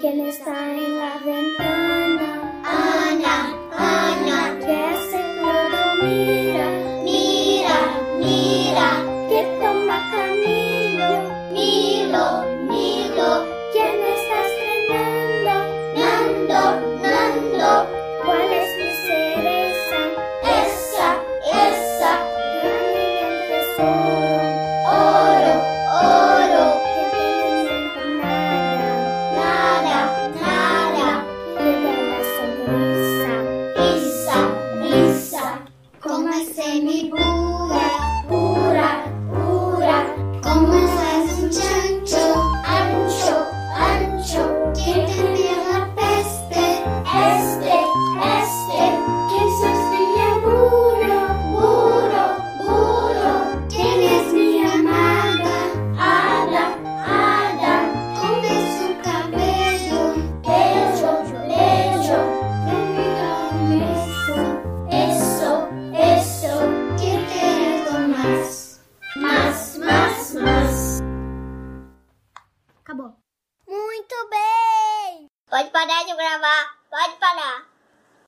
¿Quién está en la ventana? Ana, Ana, ¿Qué hace Cloro? Mira, mira, mira, que toma Camilo. Milo, Milo, ¿Quién está estrenando? Nando, Nando, ¿Cuál es mi cereza? esa, esa, Gran en el tesoro oro, oro, que tiene en su nada. nada, nada, Llega la sonrisa. risa, risa, Cómase mi pura, pura, pura, como es un chancho, ancho, ancho, quien tendría la peste, este, este. ¿Quién sostiene burro? Burro, burro, ¿quién es mi amada? Ada, Ada, ¿cómo es su cabello? Bello, bello, ¿dónde eso? Eso, eso, ¿quién quiere algo más? Más, más, más. Acabou. Muito bem! Pode parar de gravar, pode parar.